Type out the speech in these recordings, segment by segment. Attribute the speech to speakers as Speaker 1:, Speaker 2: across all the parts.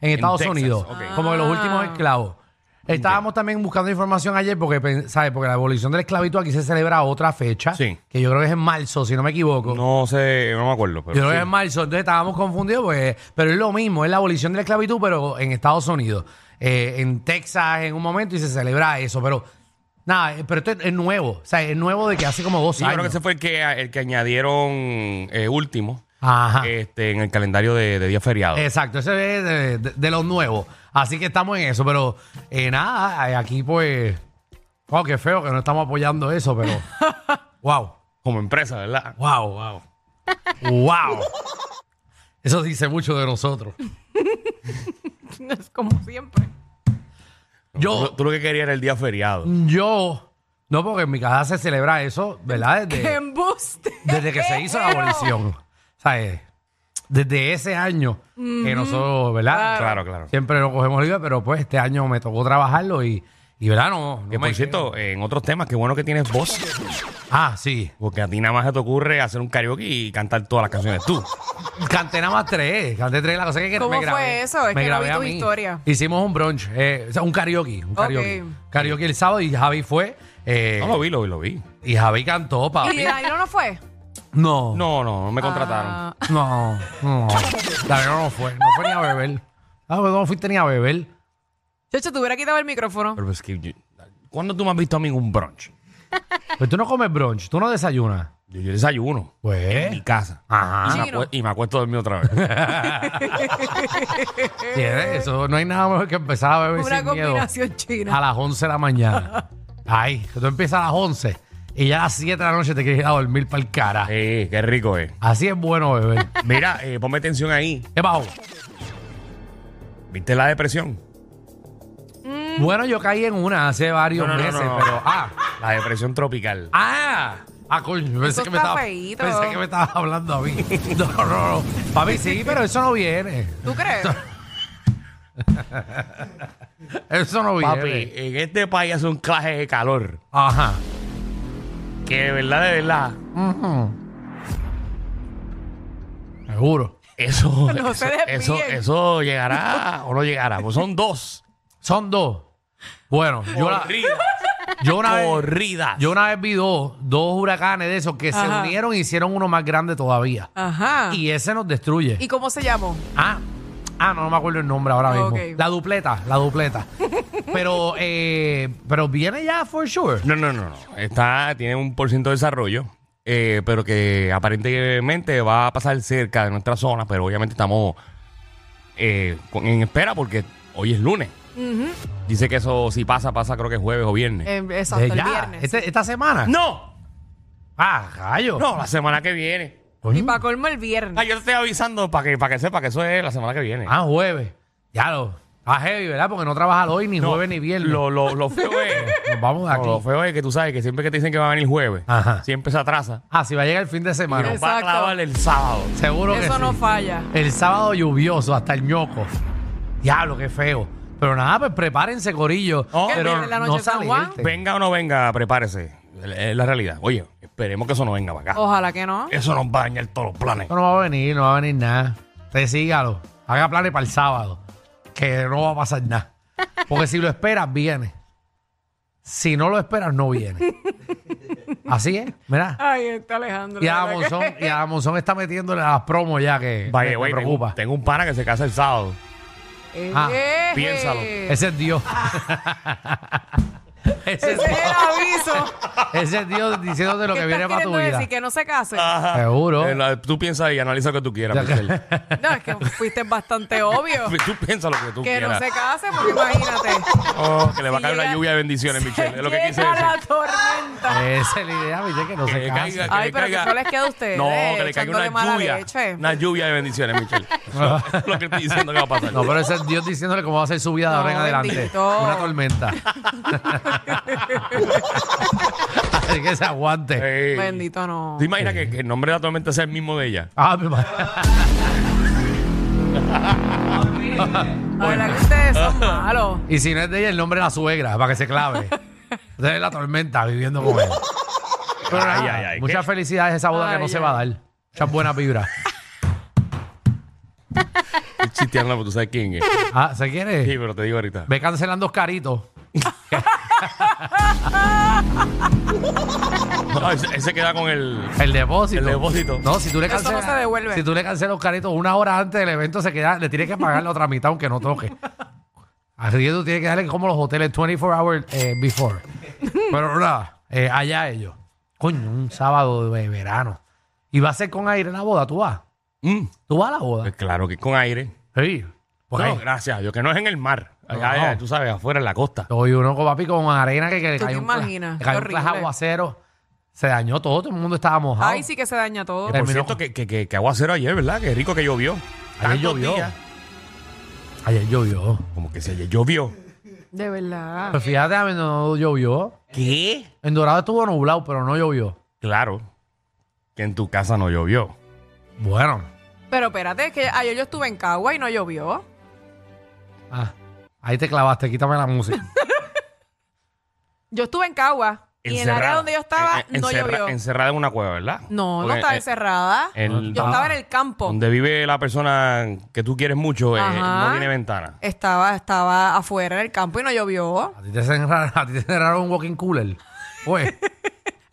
Speaker 1: en Estados
Speaker 2: Texas,
Speaker 1: Unidos,
Speaker 2: ok.
Speaker 1: como de
Speaker 3: Ah.
Speaker 1: los últimos esclavos. Estábamos también buscando información ayer porque, pen- ¿sabes? Porque la abolición de la esclavitud aquí se celebra a otra fecha,
Speaker 2: Sí.
Speaker 1: que yo creo que es en marzo, si no me equivoco.
Speaker 2: No sé, no me acuerdo. Pero
Speaker 1: Yo creo
Speaker 2: sí.
Speaker 1: que es en marzo, entonces estábamos confundidos, pues, pero es lo mismo, es la abolición de la esclavitud, pero en Estados Unidos, Eh, en Texas en un momento y se celebra eso, pero nada, eh, pero esto es, es nuevo, o sea, es nuevo de que hace como dos
Speaker 2: Sí, yo
Speaker 1: años.
Speaker 2: creo que ese fue el que, el que añadieron eh, último
Speaker 1: Ajá.
Speaker 2: este, en el calendario de, de día feriado.
Speaker 1: Exacto, ese Ah. es de, de- de los nuevos, así que estamos en eso, pero eh, nada, eh, aquí pues, wow, qué feo que no estamos apoyando eso, pero wow,
Speaker 2: Como empresa, ¿verdad?
Speaker 1: wow, wow, wow. Eso dice mucho de nosotros.
Speaker 3: Es como siempre.
Speaker 1: Yo,
Speaker 2: Tú, tú lo que querías era el día feriado.
Speaker 1: Yo, no, porque en mi casa se celebra eso, ¿verdad?
Speaker 3: ¡Qué
Speaker 1: Desde,
Speaker 3: embuste!
Speaker 1: Eh, desde que se hizo la abolición. ¿Sabes? Desde ese año que nosotros, ¿verdad?
Speaker 2: Claro, claro.
Speaker 1: Siempre lo cogemos libre, pero pues este año me tocó trabajarlo y, y ¿verdad? No, no
Speaker 2: Que
Speaker 1: me-
Speaker 2: por cierto, en otros temas, qué bueno que tienes voz.
Speaker 1: Ah, sí.
Speaker 2: Porque a ti nada más se te ocurre hacer un karaoke y cantar todas las canciones tú.
Speaker 1: Canté nada más tres. eh, Canté tres. La cosa es que
Speaker 3: ¿Cómo
Speaker 1: me grabé.
Speaker 3: fue eso? Es
Speaker 1: me
Speaker 3: que no
Speaker 1: grabé
Speaker 3: vi
Speaker 1: a
Speaker 3: tu
Speaker 1: mí.
Speaker 3: historia.
Speaker 1: Hicimos un brunch, eh, o sea, un karaoke. Un karaoke.
Speaker 3: Ok.
Speaker 1: Karaoke el sábado y Javi fue. eh,
Speaker 2: No lo vi, lo vi, lo vi.
Speaker 1: Y Javi cantó,
Speaker 3: ¿Y
Speaker 1: papi.
Speaker 3: de Danilo no fue?
Speaker 1: No.
Speaker 2: No, no, no me contrataron.
Speaker 3: Ah,
Speaker 1: No, no. David no fue, no fue ni a beber. Ah, pues no fuiste ni a beber.
Speaker 3: Chocho, te hubiera quitado el micrófono.
Speaker 2: Pero es que yo- ¿Cuándo tú me has visto a mí en un brunch?
Speaker 1: Pero tú no comes brunch, tú no desayunas.
Speaker 2: Yo, yo desayuno en mi
Speaker 1: Pues,
Speaker 2: casa.
Speaker 1: ajá.
Speaker 2: Y me,
Speaker 3: Chino.
Speaker 2: acue- y me acuesto a dormir otra vez.
Speaker 1: ¿Quieres Eh, eso? No hay nada mejor que empezar a beber
Speaker 3: Eh. Una
Speaker 1: sin miedo Ah.
Speaker 3: combinación china.
Speaker 1: a las 11 de la mañana. Ay, que tú empiezas a las 11 y ya a las 7 de la noche te quieres ir a dormir para el cara.
Speaker 2: Eh, qué rico es.
Speaker 1: Así es bueno beber.
Speaker 2: Mira, eh, ponme atención ahí.
Speaker 1: ¿Qué bajo?
Speaker 2: ¿Viste la depresión?
Speaker 1: Bueno, yo caí en una hace varios
Speaker 2: No, no, no,
Speaker 1: meses,
Speaker 2: no.
Speaker 1: pero... Ah,
Speaker 2: La depresión tropical.
Speaker 1: Ah, ah, coño, pensé
Speaker 3: Eso
Speaker 1: que, me
Speaker 3: está
Speaker 1: estaba,
Speaker 3: feíto.
Speaker 1: pensé que me estabas hablando a mí. No, no, no. Papi, sí, pero eso no viene.
Speaker 3: ¿Tú crees?
Speaker 2: pues,
Speaker 1: Eso no viene.
Speaker 2: Papi, en este país hace un claje de calor.
Speaker 1: Ajá.
Speaker 2: Que de verdad, de verdad,
Speaker 1: Seguro.
Speaker 2: eso,
Speaker 3: No
Speaker 2: eso,
Speaker 3: se desvíen.
Speaker 2: eso, eso llegará o no llegará. Pues son dos.
Speaker 1: Son dos. Bueno, yo, la-
Speaker 2: Corridas.
Speaker 1: yo una vez,
Speaker 2: Corridas.
Speaker 1: yo una vez vi dos, dos huracanes de esos que se
Speaker 3: Ajá.
Speaker 1: unieron y hicieron uno más grande todavía.
Speaker 3: Ajá. ¿Y,
Speaker 1: Y ese nos destruye.
Speaker 3: cómo se llamó?
Speaker 1: Ah, Ah, no, no me acuerdo el nombre ahora mismo.
Speaker 3: Ok.
Speaker 1: La dupleta, la dupleta. pero, eh, pero viene ya for sure.
Speaker 2: No, no, no, no. Está, tiene un por ciento de desarrollo, eh, pero que aparentemente va a pasar cerca de nuestra zona, pero obviamente estamos eh, con- en espera porque hoy es lunes. Dice que eso si pasa, pasa creo que jueves o viernes.
Speaker 3: Eh, exacto,
Speaker 1: Eh,
Speaker 3: el
Speaker 1: ya,
Speaker 3: viernes.
Speaker 1: este- esta semana.
Speaker 2: ¡No!
Speaker 1: Ah, rayo.
Speaker 2: No, la semana que viene.
Speaker 3: Y para colmo el viernes.
Speaker 2: Ah, yo te estoy avisando para que, para que sepa que eso es la semana que viene.
Speaker 1: Ah, jueves. Ya lo. Ah, heavy, ¿verdad? Porque no trabajas hoy, ni
Speaker 2: No,
Speaker 1: jueves ni viernes.
Speaker 2: Lo, lo, lo feo es.
Speaker 1: Nos vamos de
Speaker 2: no,
Speaker 1: aquí.
Speaker 2: lo feo es que tú sabes que siempre que te dicen que va a venir jueves,
Speaker 1: Ajá.
Speaker 2: siempre se atrasa.
Speaker 1: Ah, si va a llegar el fin de
Speaker 2: Nos va
Speaker 1: semana.
Speaker 2: a
Speaker 3: Exacto.
Speaker 2: clavar el sábado.
Speaker 1: Seguro que
Speaker 3: Eso no
Speaker 1: sí.
Speaker 3: falla.
Speaker 1: El sábado lluvioso, hasta el ñoco. Diablo, qué feo. Pero nada, pues prepárense, corillo.
Speaker 2: No,
Speaker 3: ¿Qué
Speaker 1: pero
Speaker 3: Oh, viene la
Speaker 1: no
Speaker 3: noche de San Juan?
Speaker 1: salirte.
Speaker 2: Venga o no venga, prepárese. Es la realidad. Oye, esperemos que eso no venga para acá.
Speaker 3: Ojalá que
Speaker 1: Eh.
Speaker 3: no.
Speaker 2: Eso nos va a dañar todos los planes.
Speaker 1: Eso no va a venir, no va a venir nada. Usted sígalo. Haga planes para el sábado. Que no va a pasar nada. Porque si lo esperas, viene. Si no lo esperas, no viene. Así es, mira.
Speaker 3: Ay, está Alejandro.
Speaker 1: Y
Speaker 3: de
Speaker 1: a
Speaker 3: verdad
Speaker 1: Monzón, y a Monzón está metiéndole a las promos ya que
Speaker 2: Vaya,
Speaker 1: me, me
Speaker 2: güey, tengo,
Speaker 1: preocupa.
Speaker 2: tengo un pana que se casa el sábado.
Speaker 3: que-
Speaker 1: Ah,
Speaker 3: Eje.
Speaker 2: piénsalo.
Speaker 1: Ese es Dios. ese, es
Speaker 3: Ese es
Speaker 1: Dios.
Speaker 3: el aviso.
Speaker 1: Ese es Dios diciéndote lo
Speaker 3: ¿Qué
Speaker 1: que
Speaker 3: estás
Speaker 1: viene para tu
Speaker 3: queriendo
Speaker 1: vida.
Speaker 3: decir? Que no se case.
Speaker 1: Seguro.
Speaker 2: Eh, la- tú piensas y analiza lo que tú quieras, Michelle.
Speaker 3: No, es que fuiste bastante obvio.
Speaker 2: Tú piensas lo que tú
Speaker 3: Que no
Speaker 2: quieras.
Speaker 3: se case, porque imagínate.
Speaker 2: Oh, que le va a
Speaker 3: Si
Speaker 2: caer una
Speaker 3: llega-
Speaker 2: lluvia de bendiciones, Michelle. Es lo que
Speaker 3: Llega
Speaker 2: quise
Speaker 3: la
Speaker 2: decir.
Speaker 3: tormenta.
Speaker 1: Esa es la idea, Michelle, que no
Speaker 2: Que
Speaker 1: se
Speaker 2: le
Speaker 1: case.
Speaker 2: caiga, que
Speaker 3: Ay,
Speaker 2: le
Speaker 3: pero
Speaker 2: caiga.
Speaker 3: ¿qué les queda a ustedes?
Speaker 2: No, que le caiga
Speaker 3: Echándole
Speaker 2: una
Speaker 3: mala
Speaker 2: lluvia.
Speaker 3: leche.
Speaker 2: Una lluvia de bendiciones, Michelle. Es lo que estoy diciendo que va a pasar.
Speaker 1: No, pero ese es Dios diciéndole cómo va a ser su vida de
Speaker 3: No,
Speaker 1: ahora en adelante.
Speaker 3: bendito.
Speaker 1: Una tormenta. Así que se aguante.
Speaker 2: Ey.
Speaker 3: Bendito no.
Speaker 2: ¿Te imaginas que, que el nombre de la tormenta sea el mismo de ella?
Speaker 1: Ah, mi madre.
Speaker 3: La verdad que ustedes son malos.
Speaker 1: Y si no es de ella, el nombre de la suegra, para que se clave. Entonces la tormenta viviendo con él. Pero
Speaker 2: Ay,
Speaker 1: nada,
Speaker 2: ay, ay,
Speaker 1: muchas felicidades a esa boda que no
Speaker 3: Ay,
Speaker 1: se
Speaker 3: ay.
Speaker 1: va a dar. Muchas buenas vibras.
Speaker 2: Estoy chisteando, pero tú sabes quién es.
Speaker 1: Ah, ¿se
Speaker 2: Sí,
Speaker 1: quiere?
Speaker 2: pero te digo ahorita.
Speaker 1: Ve cancelando Oscarito.
Speaker 2: No, ese, ese queda con el.
Speaker 1: El depósito.
Speaker 2: El depósito.
Speaker 1: No, si tú le
Speaker 3: Eso no
Speaker 1: cancelas.
Speaker 3: se devuelve.
Speaker 1: Si tú le cancelas Oscarito una hora antes del evento, se queda, le tienes que pagar la otra mitad, aunque no toque. Así que tú tienes que darle como los hoteles 24 hours eh, before. Pero nada, eh, allá ellos. Coño, un sábado de verano. Y va a ser con aire la boda, tú vas.
Speaker 2: Mm,
Speaker 1: Tú vas a la boda. Pues
Speaker 2: pues claro que con aire.
Speaker 1: Sí. Porque
Speaker 2: No, gracias. Yo que no es en el mar. Allá,
Speaker 1: No.
Speaker 2: allá, tú sabes, afuera en la costa.
Speaker 1: Soy uno con papi con arena que, que le
Speaker 3: ¿Tú
Speaker 1: cayó
Speaker 3: te
Speaker 1: un cla-
Speaker 3: imaginas?
Speaker 1: le cayó
Speaker 3: Qué
Speaker 1: un clase
Speaker 3: horrible.
Speaker 1: aguacero. Se dañó todo, todo el mundo estaba mojado.
Speaker 3: Ay, sí que se daña todo.
Speaker 2: Por
Speaker 1: terminó
Speaker 2: cierto, que, que, que, que aguacero ayer, ¿verdad? Qué rico que llovió.
Speaker 1: Ayer
Speaker 2: Tantos
Speaker 1: llovió.
Speaker 2: días.
Speaker 1: Ayer llovió.
Speaker 2: Como que si ayer llovió.
Speaker 3: De verdad.
Speaker 1: Pues fíjate, a mí no llovió.
Speaker 2: ¿Qué?
Speaker 1: En Dorado estuvo nublado, pero no llovió.
Speaker 2: Claro. Que en tu casa no llovió.
Speaker 1: Bueno.
Speaker 3: Pero espérate, es que ayer yo estuve en Cagua y no llovió.
Speaker 1: Ah, ahí te clavaste, quítame la música.
Speaker 3: Yo estuve en Cagua y en el área
Speaker 2: Encerrada.
Speaker 3: donde yo estaba
Speaker 2: En- en-
Speaker 3: no
Speaker 2: encerra-
Speaker 3: llovió.
Speaker 2: Encerrada en una cueva, ¿verdad?
Speaker 3: No, no
Speaker 2: Porque,
Speaker 3: estaba
Speaker 2: eh,
Speaker 3: encerrada.
Speaker 2: el-
Speaker 3: Yo estaba en el campo.
Speaker 2: Donde vive la persona que tú quieres mucho, eh,
Speaker 3: Ajá.
Speaker 2: no tiene ventana.
Speaker 3: Estaba, estaba afuera en el campo y no llovió.
Speaker 1: A ti te cerraron, a ti te cerraron un walking cooler. Pues,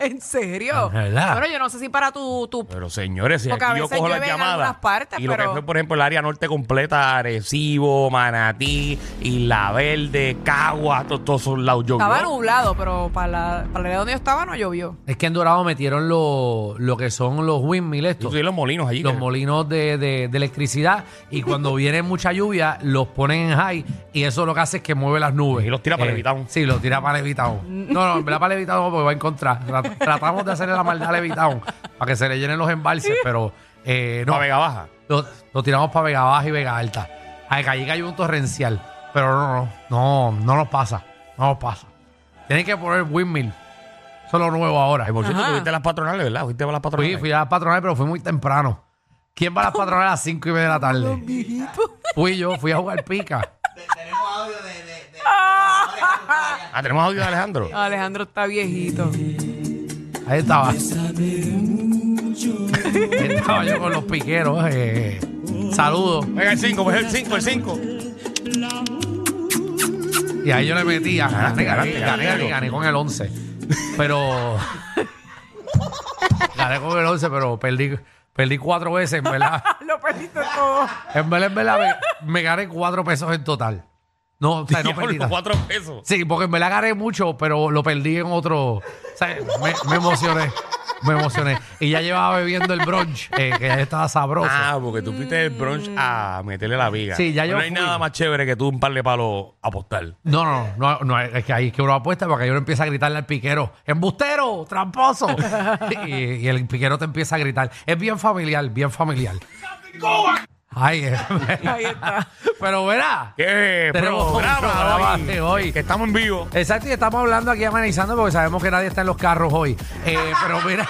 Speaker 3: ¿En serio?
Speaker 1: Es verdad.
Speaker 3: Bueno, yo no sé si para tu, tu
Speaker 2: Pero señores, si
Speaker 3: Porque a
Speaker 2: aquí yo
Speaker 3: veces
Speaker 2: cojo la
Speaker 3: llueve en
Speaker 2: llamada
Speaker 3: algunas partes,
Speaker 2: y lo que
Speaker 3: pero-
Speaker 2: fue, por ejemplo, el área norte completa, Arecibo, Manatí, Isla Verde, Cagua, to- todos esos lados llovió.
Speaker 3: Estaba nublado, pero para la, para el área donde yo estaba no llovió.
Speaker 1: es que en Dorado metieron lo, lo que son los windmill
Speaker 2: Yo
Speaker 1: estos.
Speaker 2: estoy en los molinos allí.
Speaker 1: Los
Speaker 2: que-
Speaker 1: molinos de, de- de electricidad y cuando viene mucha lluvia los ponen en high y eso lo que hace es que mueve las nubes. Eh,
Speaker 2: Y los tira para Levitown.
Speaker 1: Sí, los tira para Levitown. No, no, en verdad para Levitown no, porque va en contra. Tra- tratamos de hacerle la maldad a Levitown para que se le llenen los embalses, pero eh, no.
Speaker 2: No, a Vega Baja.
Speaker 1: Lo, lo tiramos para Vega Baja y Vega Alta. Ay, que allí cayó un torrencial. Pero no, no, no, no nos pasa. No nos pasa. Tienen que poner windmill. Eso es lo nuevo ahora.
Speaker 2: Ay, por cierto,
Speaker 3: Ajá.
Speaker 2: tú viste las patronales, ¿verdad? Fuiste para las
Speaker 1: Fui,
Speaker 2: patronales.
Speaker 1: fui a las patronales, pero fui muy temprano. ¿Quién va a las patronales a las 5 y media de la tarde? Fui yo, fui a jugar pica.
Speaker 4: Tenemos audio de. de, de-
Speaker 2: Ah, tenemos audio de Alejandro.
Speaker 3: Alejandro está viejito.
Speaker 1: Ahí estaba. Ahí estaba yo con los piqueros. eh. Saludos.
Speaker 2: Venga, el 5, pues el 5, el 5.
Speaker 1: Y ahí yo le metía. Gané, gané,
Speaker 2: ganaste,
Speaker 1: gané, gané,
Speaker 2: ganaste.
Speaker 1: gané con el 11. Pero. gané con el 11, pero perdí, perdí cuatro veces, ¿verdad?
Speaker 3: Lo perdí perdiste todo.
Speaker 1: En verdad, en verdad, me, me gané cuatro pesos en total. No, o sea, no
Speaker 2: Diablo,
Speaker 1: perdí. nada.
Speaker 2: cuatro pesos.
Speaker 1: Sí, porque me la gané mucho, pero lo perdí en otro. O sea, me, me emocioné. Me emocioné. Y ya llevaba bebiendo el brunch, eh, que ya estaba sabroso.
Speaker 2: Ah, porque tú fuiste el brunch a meterle la viga.
Speaker 1: Sí, ya yo
Speaker 2: No hay
Speaker 1: fui.
Speaker 2: nada más chévere que tú un par de palos apostar.
Speaker 1: No, no, no, no, no, es que ahí es que uno apuesta porque ahí uno empieza a gritarle al piquero, embustero, tramposo. y, y el piquero te empieza a gritar. Es bien familiar, bien familiar. Ay, eh,
Speaker 3: Ahí está.
Speaker 1: pero verá.
Speaker 2: ¡Qué
Speaker 1: Tenemos un programa de hoy.
Speaker 2: Que estamos en vivo.
Speaker 1: Exacto, y estamos hablando aquí amenizando porque sabemos que nadie está en los carros hoy. Eh, pero mira,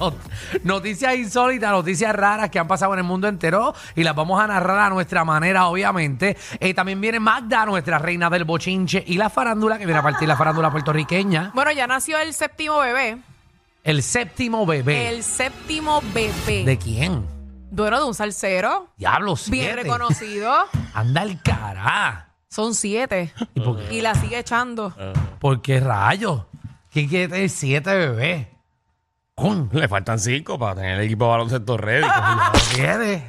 Speaker 1: not- noticias insólitas, noticias raras que han pasado en el mundo entero y las vamos a narrar a nuestra manera, obviamente. Eh, también viene Magda, nuestra reina del bochinche y la farándula, que viene a partir la farándula puertorriqueña.
Speaker 3: Bueno, ya nació el séptimo bebé.
Speaker 1: El séptimo bebé.
Speaker 3: El séptimo bebé.
Speaker 1: ¿De quién?
Speaker 3: Bueno, de un salsero.
Speaker 1: Diablo,
Speaker 3: Bien
Speaker 1: siete.
Speaker 3: reconocido.
Speaker 1: Anda el cará.
Speaker 3: Son siete.
Speaker 1: ¿Y por, qué,
Speaker 3: Y la sigue echando.
Speaker 1: por qué rayos? ¿Quién quiere tener siete bebés? Con
Speaker 2: Le faltan cinco para tener el equipo de baloncesto ready.
Speaker 1: siete.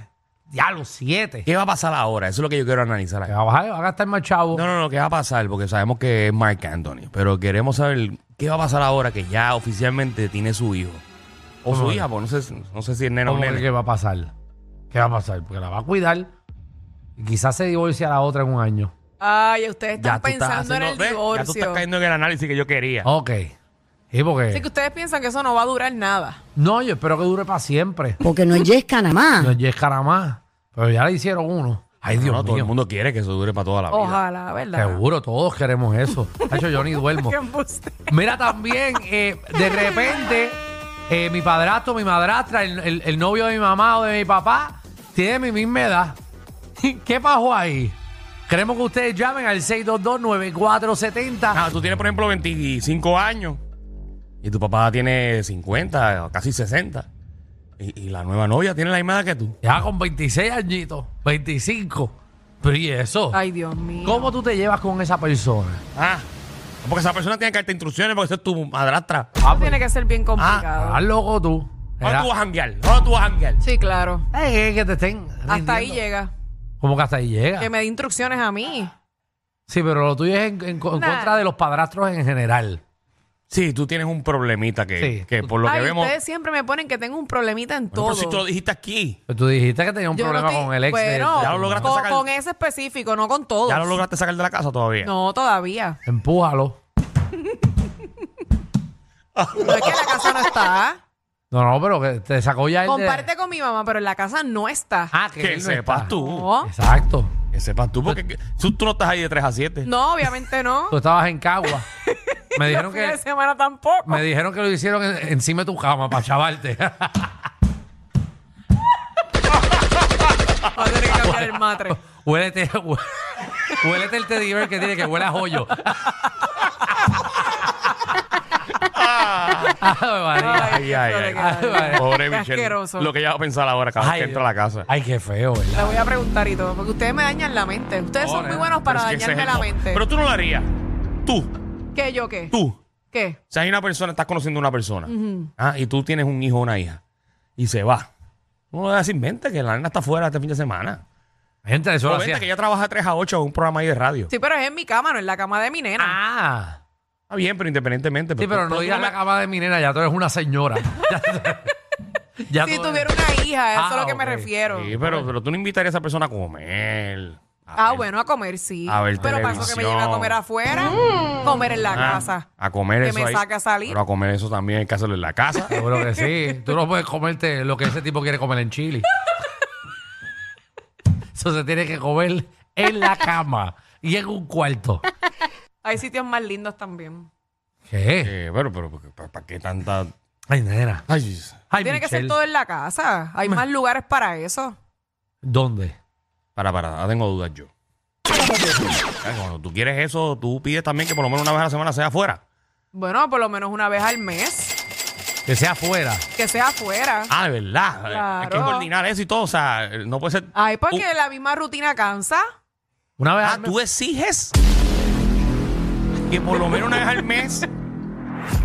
Speaker 1: Diablo, siete.
Speaker 2: ¿Qué va a pasar ahora? Eso es lo que yo quiero analizar.
Speaker 1: Que
Speaker 2: ahí.
Speaker 1: va a bajar, va a gastar más chavo.
Speaker 2: No, no, no, ¿qué va a pasar? Porque sabemos que es Mark Anthony, pero queremos saber qué va a pasar ahora que ya oficialmente tiene su hijo. O su
Speaker 1: ¿Cómo?
Speaker 2: hija, pues no sé, no sé si es nena o
Speaker 1: ¿Cómo que
Speaker 2: nene.
Speaker 1: ¿Qué va a pasar? ¿Qué va a pasar? Porque la va a cuidar. Y quizás se divorcia la otra en un año.
Speaker 3: Ay, ustedes están
Speaker 2: Ah. tú estás
Speaker 3: pensando en el
Speaker 2: haciendo- ¿ves? Ya tú estás
Speaker 3: divorcio.
Speaker 2: cayendo en el análisis que yo quería.
Speaker 1: Ok. Sí, porque.
Speaker 3: Así que ustedes piensan que eso no va a durar nada.
Speaker 1: No, yo espero que dure para siempre.
Speaker 5: Porque no yesca nada más.
Speaker 1: No es cara más. Pero ya le hicieron uno. Ay,
Speaker 2: No,
Speaker 1: Dios
Speaker 2: no, todo
Speaker 1: mío.
Speaker 2: el mundo quiere que eso dure para toda la vida.
Speaker 3: Ojalá, ¿verdad?
Speaker 1: Seguro, todos queremos eso. De hecho, yo ni duermo.
Speaker 3: Qué embuste.
Speaker 1: Mira también, eh, de repente, eh, mi padrastro, mi madrastra, el, el- el novio de mi mamá o de mi papá, tiene mi misma edad. ¿Qué pasó ahí? Queremos que ustedes llamen al 622-9470.
Speaker 2: Ah, tú tienes, por ejemplo, 25 años y tu papá tiene 50, o casi 60. Y, y la nueva novia tiene la misma edad que tú.
Speaker 1: Ya con 26 añitos, 25. Pero ¿y eso?
Speaker 3: Ay, Dios mío.
Speaker 1: ¿Cómo tú te llevas con esa persona?
Speaker 2: Ah, porque esa persona tiene carta de instrucciones porque esa es tu madrastra.
Speaker 3: Eso tiene que ser bien
Speaker 2: Ah,
Speaker 3: complicado.
Speaker 1: Estás loco tú.
Speaker 2: Ahora
Speaker 1: Era-
Speaker 2: Ah, tú vas a janguear, ahora tú vas a janguear.
Speaker 3: Sí, claro.
Speaker 1: Eh, eh, que te estén
Speaker 3: Hasta ahí
Speaker 1: rindiendo.
Speaker 3: llega.
Speaker 1: ¿Cómo que hasta ahí llega?
Speaker 3: Que me dé instrucciones a mí.
Speaker 1: Sí, pero lo tuyo es en, en co- en
Speaker 3: Nah.
Speaker 1: contra de los padrastros en general.
Speaker 2: Sí, tú tienes un problemita que,
Speaker 1: Sí.
Speaker 2: que por lo
Speaker 3: Ay,
Speaker 2: que vemos.
Speaker 3: ustedes siempre me ponen que tengo un problemita en
Speaker 2: Bueno,
Speaker 3: todo.
Speaker 2: pero si tú lo dijiste aquí,
Speaker 1: Pero Pues Tú dijiste que tenía un
Speaker 3: Yo no
Speaker 1: problema
Speaker 3: estoy-
Speaker 1: con el ex. de-
Speaker 3: Bueno,
Speaker 1: de-
Speaker 2: Ya lo lograste
Speaker 3: con,
Speaker 2: sacar.
Speaker 3: con ese específico, no con todos.
Speaker 2: ya lo lograste sacar de la casa todavía.
Speaker 3: No, todavía.
Speaker 1: Empújalo.
Speaker 3: No es que la casa no está.
Speaker 1: No, no, pero que te sacó ya el de-
Speaker 3: Comparte con mi mamá, pero en la casa no está.
Speaker 1: Ah, que,
Speaker 2: que
Speaker 1: él no
Speaker 2: sepas
Speaker 1: está.
Speaker 2: tú.
Speaker 3: No.
Speaker 1: Exacto.
Speaker 2: Que sepas tú, porque que- tú, tú no estás ahí de 3 a 7.
Speaker 3: No, obviamente no.
Speaker 2: Pues
Speaker 1: Tú estabas en Cagua. Me dijeron
Speaker 3: Fin de
Speaker 1: que
Speaker 3: semana tampoco.
Speaker 1: me dijeron que lo hicieron en- encima de tu cama para chavarte.
Speaker 3: Va a tener que cambiar el matre.
Speaker 1: huélete, hue- huélete el teddy bear que tiene que huele a joyo.
Speaker 2: Ah.
Speaker 1: Ay, María.
Speaker 2: Ay, ay,
Speaker 3: qué
Speaker 2: ay.
Speaker 3: feo le queda.
Speaker 2: Pobre
Speaker 3: Qué
Speaker 2: Michelle.
Speaker 3: asqueroso.
Speaker 2: Lo que ella va a pensar ahora cada vez
Speaker 1: Ay,
Speaker 2: que entra a la casa.
Speaker 1: Ay, qué feo, ¿verdad?
Speaker 3: La voy a preguntar y todo, porque ustedes me dañan la mente. Ustedes son
Speaker 1: Ahora,
Speaker 3: muy buenos para
Speaker 2: Pero es que ese
Speaker 3: dañarme
Speaker 2: es el
Speaker 3: la
Speaker 2: mo-
Speaker 3: mente.
Speaker 2: Pero tú no lo harías. Tú,
Speaker 3: ¿Qué yo qué?
Speaker 2: tú.
Speaker 3: ¿Qué?
Speaker 2: Si hay una persona, estás conociendo a una persona. ah, y tú tienes un hijo o una hija. Y se va. No le vas a decir, vente, que la nena está fuera este fin de semana.
Speaker 1: Gente, eso
Speaker 2: O
Speaker 1: lo
Speaker 2: vente,
Speaker 1: hacía.
Speaker 2: que ella trabaja 3 a 8 en un programa ahí de radio.
Speaker 3: Sí, pero es en mi cama, no en la cama de mi nena.
Speaker 1: Ah.
Speaker 2: Está bien, pero independientemente.
Speaker 1: Sí, pero no
Speaker 2: tú
Speaker 1: digas
Speaker 2: me-
Speaker 1: la cama de mi nena, ya tú eres una señora. Ya tú- ya
Speaker 3: si
Speaker 1: tú-
Speaker 3: tuviera una hija, eso
Speaker 1: Ah,
Speaker 3: es a lo que me
Speaker 1: ok.
Speaker 3: refiero.
Speaker 2: Sí, pero, pero tú no invitarías a esa persona a comer. a
Speaker 3: Ah,
Speaker 2: ver-
Speaker 3: bueno, a comer sí.
Speaker 2: a ver
Speaker 3: pero pasó que me lleve a
Speaker 2: televisión.
Speaker 3: comer afuera, comer en la
Speaker 2: ah,
Speaker 3: casa.
Speaker 2: A comer
Speaker 3: Que
Speaker 2: eso.
Speaker 3: me
Speaker 2: ahí.
Speaker 3: saque a salir.
Speaker 2: Pero a comer eso también hay que hacerlo en la casa.
Speaker 1: Seguro que sí. Tú no puedes comerte lo que ese tipo quiere comer en Chile. Eso se tiene que comer en la cama y en un cuarto.
Speaker 3: Hay sitios más lindos también.
Speaker 1: ¿Qué?
Speaker 2: Eh, pero, pero, pero, ¿para qué tanta.
Speaker 1: Ay, nena.
Speaker 2: Ay,
Speaker 1: Ay,
Speaker 3: Tiene que ser
Speaker 1: Michelle.
Speaker 3: todo en la casa. Hay más lugares para eso.
Speaker 1: ¿Dónde?
Speaker 2: Para, para, ahora tengo dudas yo. Ay, Cuando tú quieres eso, tú pides también que por lo menos una vez a la semana sea afuera.
Speaker 3: Bueno, por lo menos una vez al mes,
Speaker 1: Que sea afuera.
Speaker 3: que sea afuera.
Speaker 2: Ah, de verdad.
Speaker 3: Claro.
Speaker 2: Hay que coordinar eso y todo. O sea, no puede ser.
Speaker 1: Ah,
Speaker 3: Ay, porque
Speaker 2: Tú-
Speaker 3: la misma rutina cansa.
Speaker 1: Una vez
Speaker 2: ah,
Speaker 1: al mes-
Speaker 2: tú exiges que por lo menos una vez al mes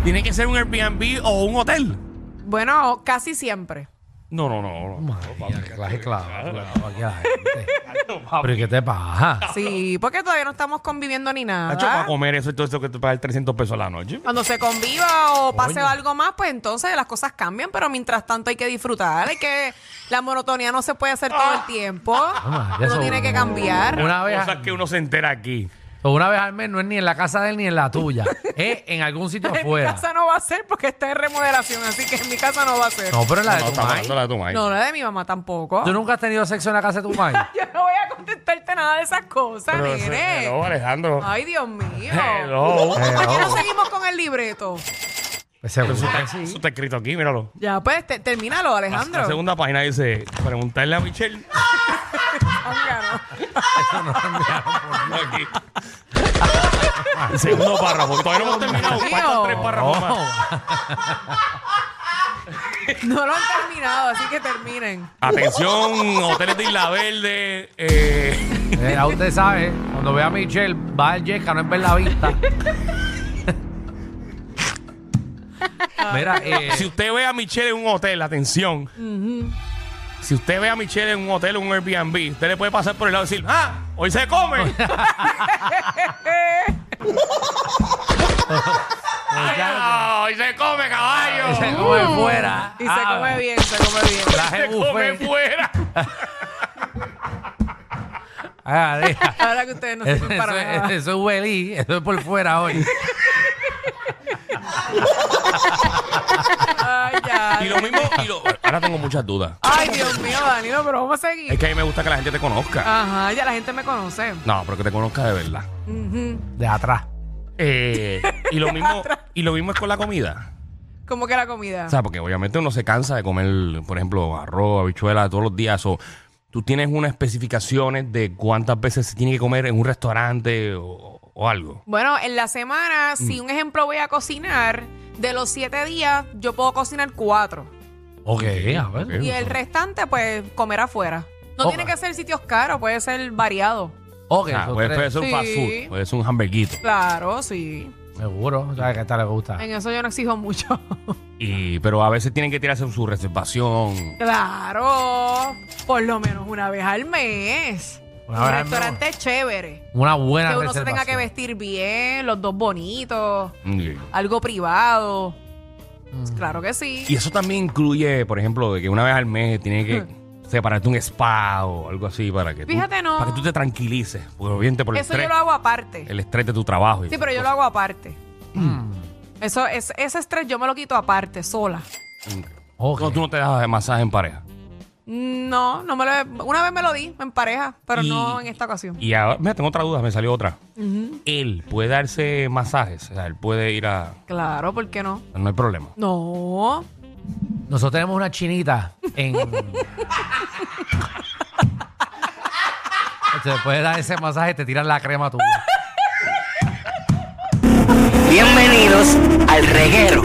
Speaker 2: tiene que ser un Airbnb o un hotel.
Speaker 3: Bueno, casi siempre.
Speaker 2: No, no, no. no.
Speaker 3: Oh,
Speaker 1: Claro, claro, claro, aquí a la gente. Pero ¿y ¿qué te pasa?
Speaker 3: Sí, porque todavía no estamos conviviendo ni nada.
Speaker 1: Ah.
Speaker 2: Nacho, para comer eso y todo esto que te pagas 300 pesos a la noche.
Speaker 3: Cuando se conviva o pase algo más, pues entonces las cosas cambian, pero mientras tanto hay que disfrutar, hay que la monotonía no se puede hacer todo el tiempo.
Speaker 1: Ah, ya
Speaker 3: Uno
Speaker 1: eso-
Speaker 3: tiene que cambiar.
Speaker 1: Una vez,
Speaker 2: Cosas que uno se entera aquí.
Speaker 1: una vez al mes no es ni en la casa de él ni en la tuya. Es en algún sitio
Speaker 3: En mi
Speaker 1: afuera.
Speaker 3: casa no va a ser porque está en remodelación, así que en mi casa no va a ser.
Speaker 1: No, pero en la de
Speaker 2: No,
Speaker 1: Ah, tu
Speaker 2: estamos
Speaker 1: madre.
Speaker 2: hablando de la de tu madre.
Speaker 3: No, la de mi mamá tampoco.
Speaker 1: ¿Tú nunca has tenido sexo en la casa de tu madre?
Speaker 3: Yo no voy a contestarte nada de esas cosas,
Speaker 2: Pero,
Speaker 3: nene.
Speaker 2: hello, Alejandro.
Speaker 3: Ay, Dios mío.
Speaker 2: Hello.
Speaker 3: ¿Por qué no seguimos con el libreto?
Speaker 1: Pues seguro que sí.
Speaker 2: Eso está escrito aquí, míralo.
Speaker 3: Ya, pues, te- termínalo,
Speaker 2: La-
Speaker 3: Alejandro.
Speaker 2: La segunda página dice, preguntarle a Michelle.
Speaker 3: Ángaro.
Speaker 2: Aquí. El segundo párrafo. Todavía no hemos terminado.
Speaker 3: Dios mío.
Speaker 2: Faltan tres párrafos más.
Speaker 3: No lo han terminado, así que terminen.
Speaker 2: Atención, hoteles de Isla Verde. Eh,
Speaker 1: Eh, ya usted sabe, cuando vea a Michelle, va al Yesca, no es ver la vista. Mira, eh,
Speaker 2: si usted ve a Michelle en un hotel, atención. Si usted ve a Michelle en un hotel, en un Airbnb, usted le puede pasar por el lado y decir, ¡ah! ¡Hoy se come!
Speaker 1: pues
Speaker 2: Ah, ¡Hoy se come, caballo!
Speaker 1: se come fuera.
Speaker 3: Mm. Y
Speaker 1: Ah,
Speaker 3: se come bien, se come bien.
Speaker 1: Traje
Speaker 2: ¡Se come
Speaker 1: buffet.
Speaker 2: fuera!
Speaker 1: Ah, deja.
Speaker 3: Ahora que ustedes no
Speaker 1: Eso,
Speaker 3: sirven para
Speaker 1: eso-
Speaker 3: nada.
Speaker 1: eso es Welly, eso es por fuera hoy.
Speaker 3: Ay, ya.
Speaker 2: Y lo mismo, y lo- ahora tengo muchas dudas.
Speaker 3: Ay, Dios mío, Danilo, pero vamos a seguir.
Speaker 2: Es que a mí me gusta que la gente te conozca.
Speaker 3: Ajá, ya la gente me conoce.
Speaker 2: No, pero que te conozca de verdad.
Speaker 1: De atrás.
Speaker 2: Eh, y lo mismo, y lo mismo es con la comida.
Speaker 3: ¿Cómo que la comida?
Speaker 2: O sea, porque obviamente uno se cansa de comer, por ejemplo, arroz, habichuela todos los días. O tú tienes unas especificaciones de cuántas veces se tiene que comer en un restaurante o, o algo.
Speaker 3: Bueno, en la
Speaker 1: Mm.
Speaker 3: semana, si un ejemplo voy a cocinar, de los siete días, yo puedo cocinar cuatro.
Speaker 1: Ok, a ver.
Speaker 2: Ok.
Speaker 3: Y el restante, pues, comer afuera. No
Speaker 1: Oh.
Speaker 3: tiene que ser sitios caros, puede ser variado.
Speaker 1: Ok,
Speaker 2: Ah,
Speaker 1: son
Speaker 2: puede, puede
Speaker 1: tres.
Speaker 2: ser un
Speaker 3: Pues Sí.
Speaker 2: fast food, puede ser un hamburguito.
Speaker 3: Claro, sí.
Speaker 1: Seguro, sabes que a esta le gusta.
Speaker 3: En eso yo no exijo mucho.
Speaker 2: Y, pero a veces tienen que tirarse su reservación.
Speaker 3: claro, por lo menos una vez al mes.
Speaker 1: Una
Speaker 3: un
Speaker 1: vez al
Speaker 3: restaurante chévere.
Speaker 1: Una buena
Speaker 3: Que uno se tenga
Speaker 1: reservación.
Speaker 3: que vestir bien, los dos bonitos,
Speaker 2: Mm, Y-
Speaker 3: algo privado. Claro que sí.
Speaker 2: Mm. Y eso también incluye, por ejemplo, de que una vez al mes tiene que separarte un spa o algo así para que,
Speaker 3: Fíjate,
Speaker 2: tú,
Speaker 3: no.
Speaker 2: para que tú te tranquilices. Porque obviamente por el
Speaker 3: Eso
Speaker 2: estrés,
Speaker 3: yo lo hago aparte.
Speaker 2: el Mm. estrés de tu trabajo. y
Speaker 3: Sí, pero yo lo
Speaker 2: esas
Speaker 3: hago aparte. Eso, es, ese estrés yo me lo quito aparte, sola.
Speaker 2: cosas.
Speaker 1: Ok.
Speaker 2: No, tú no te das de masaje en pareja.
Speaker 3: No, no me lo, una vez me lo di en pareja, pero
Speaker 2: Y-
Speaker 3: no en esta ocasión.
Speaker 2: Y ahora, mira, tengo otra duda, me salió otra. Él puede darse masajes, o sea, él puede ir a...
Speaker 3: Claro, ¿por qué no?
Speaker 2: No hay problema.
Speaker 3: No.
Speaker 1: Nosotros tenemos una chinita en. Te puedes dar ese masaje, te tiran la crema tuya.
Speaker 6: Bienvenidos al reguero.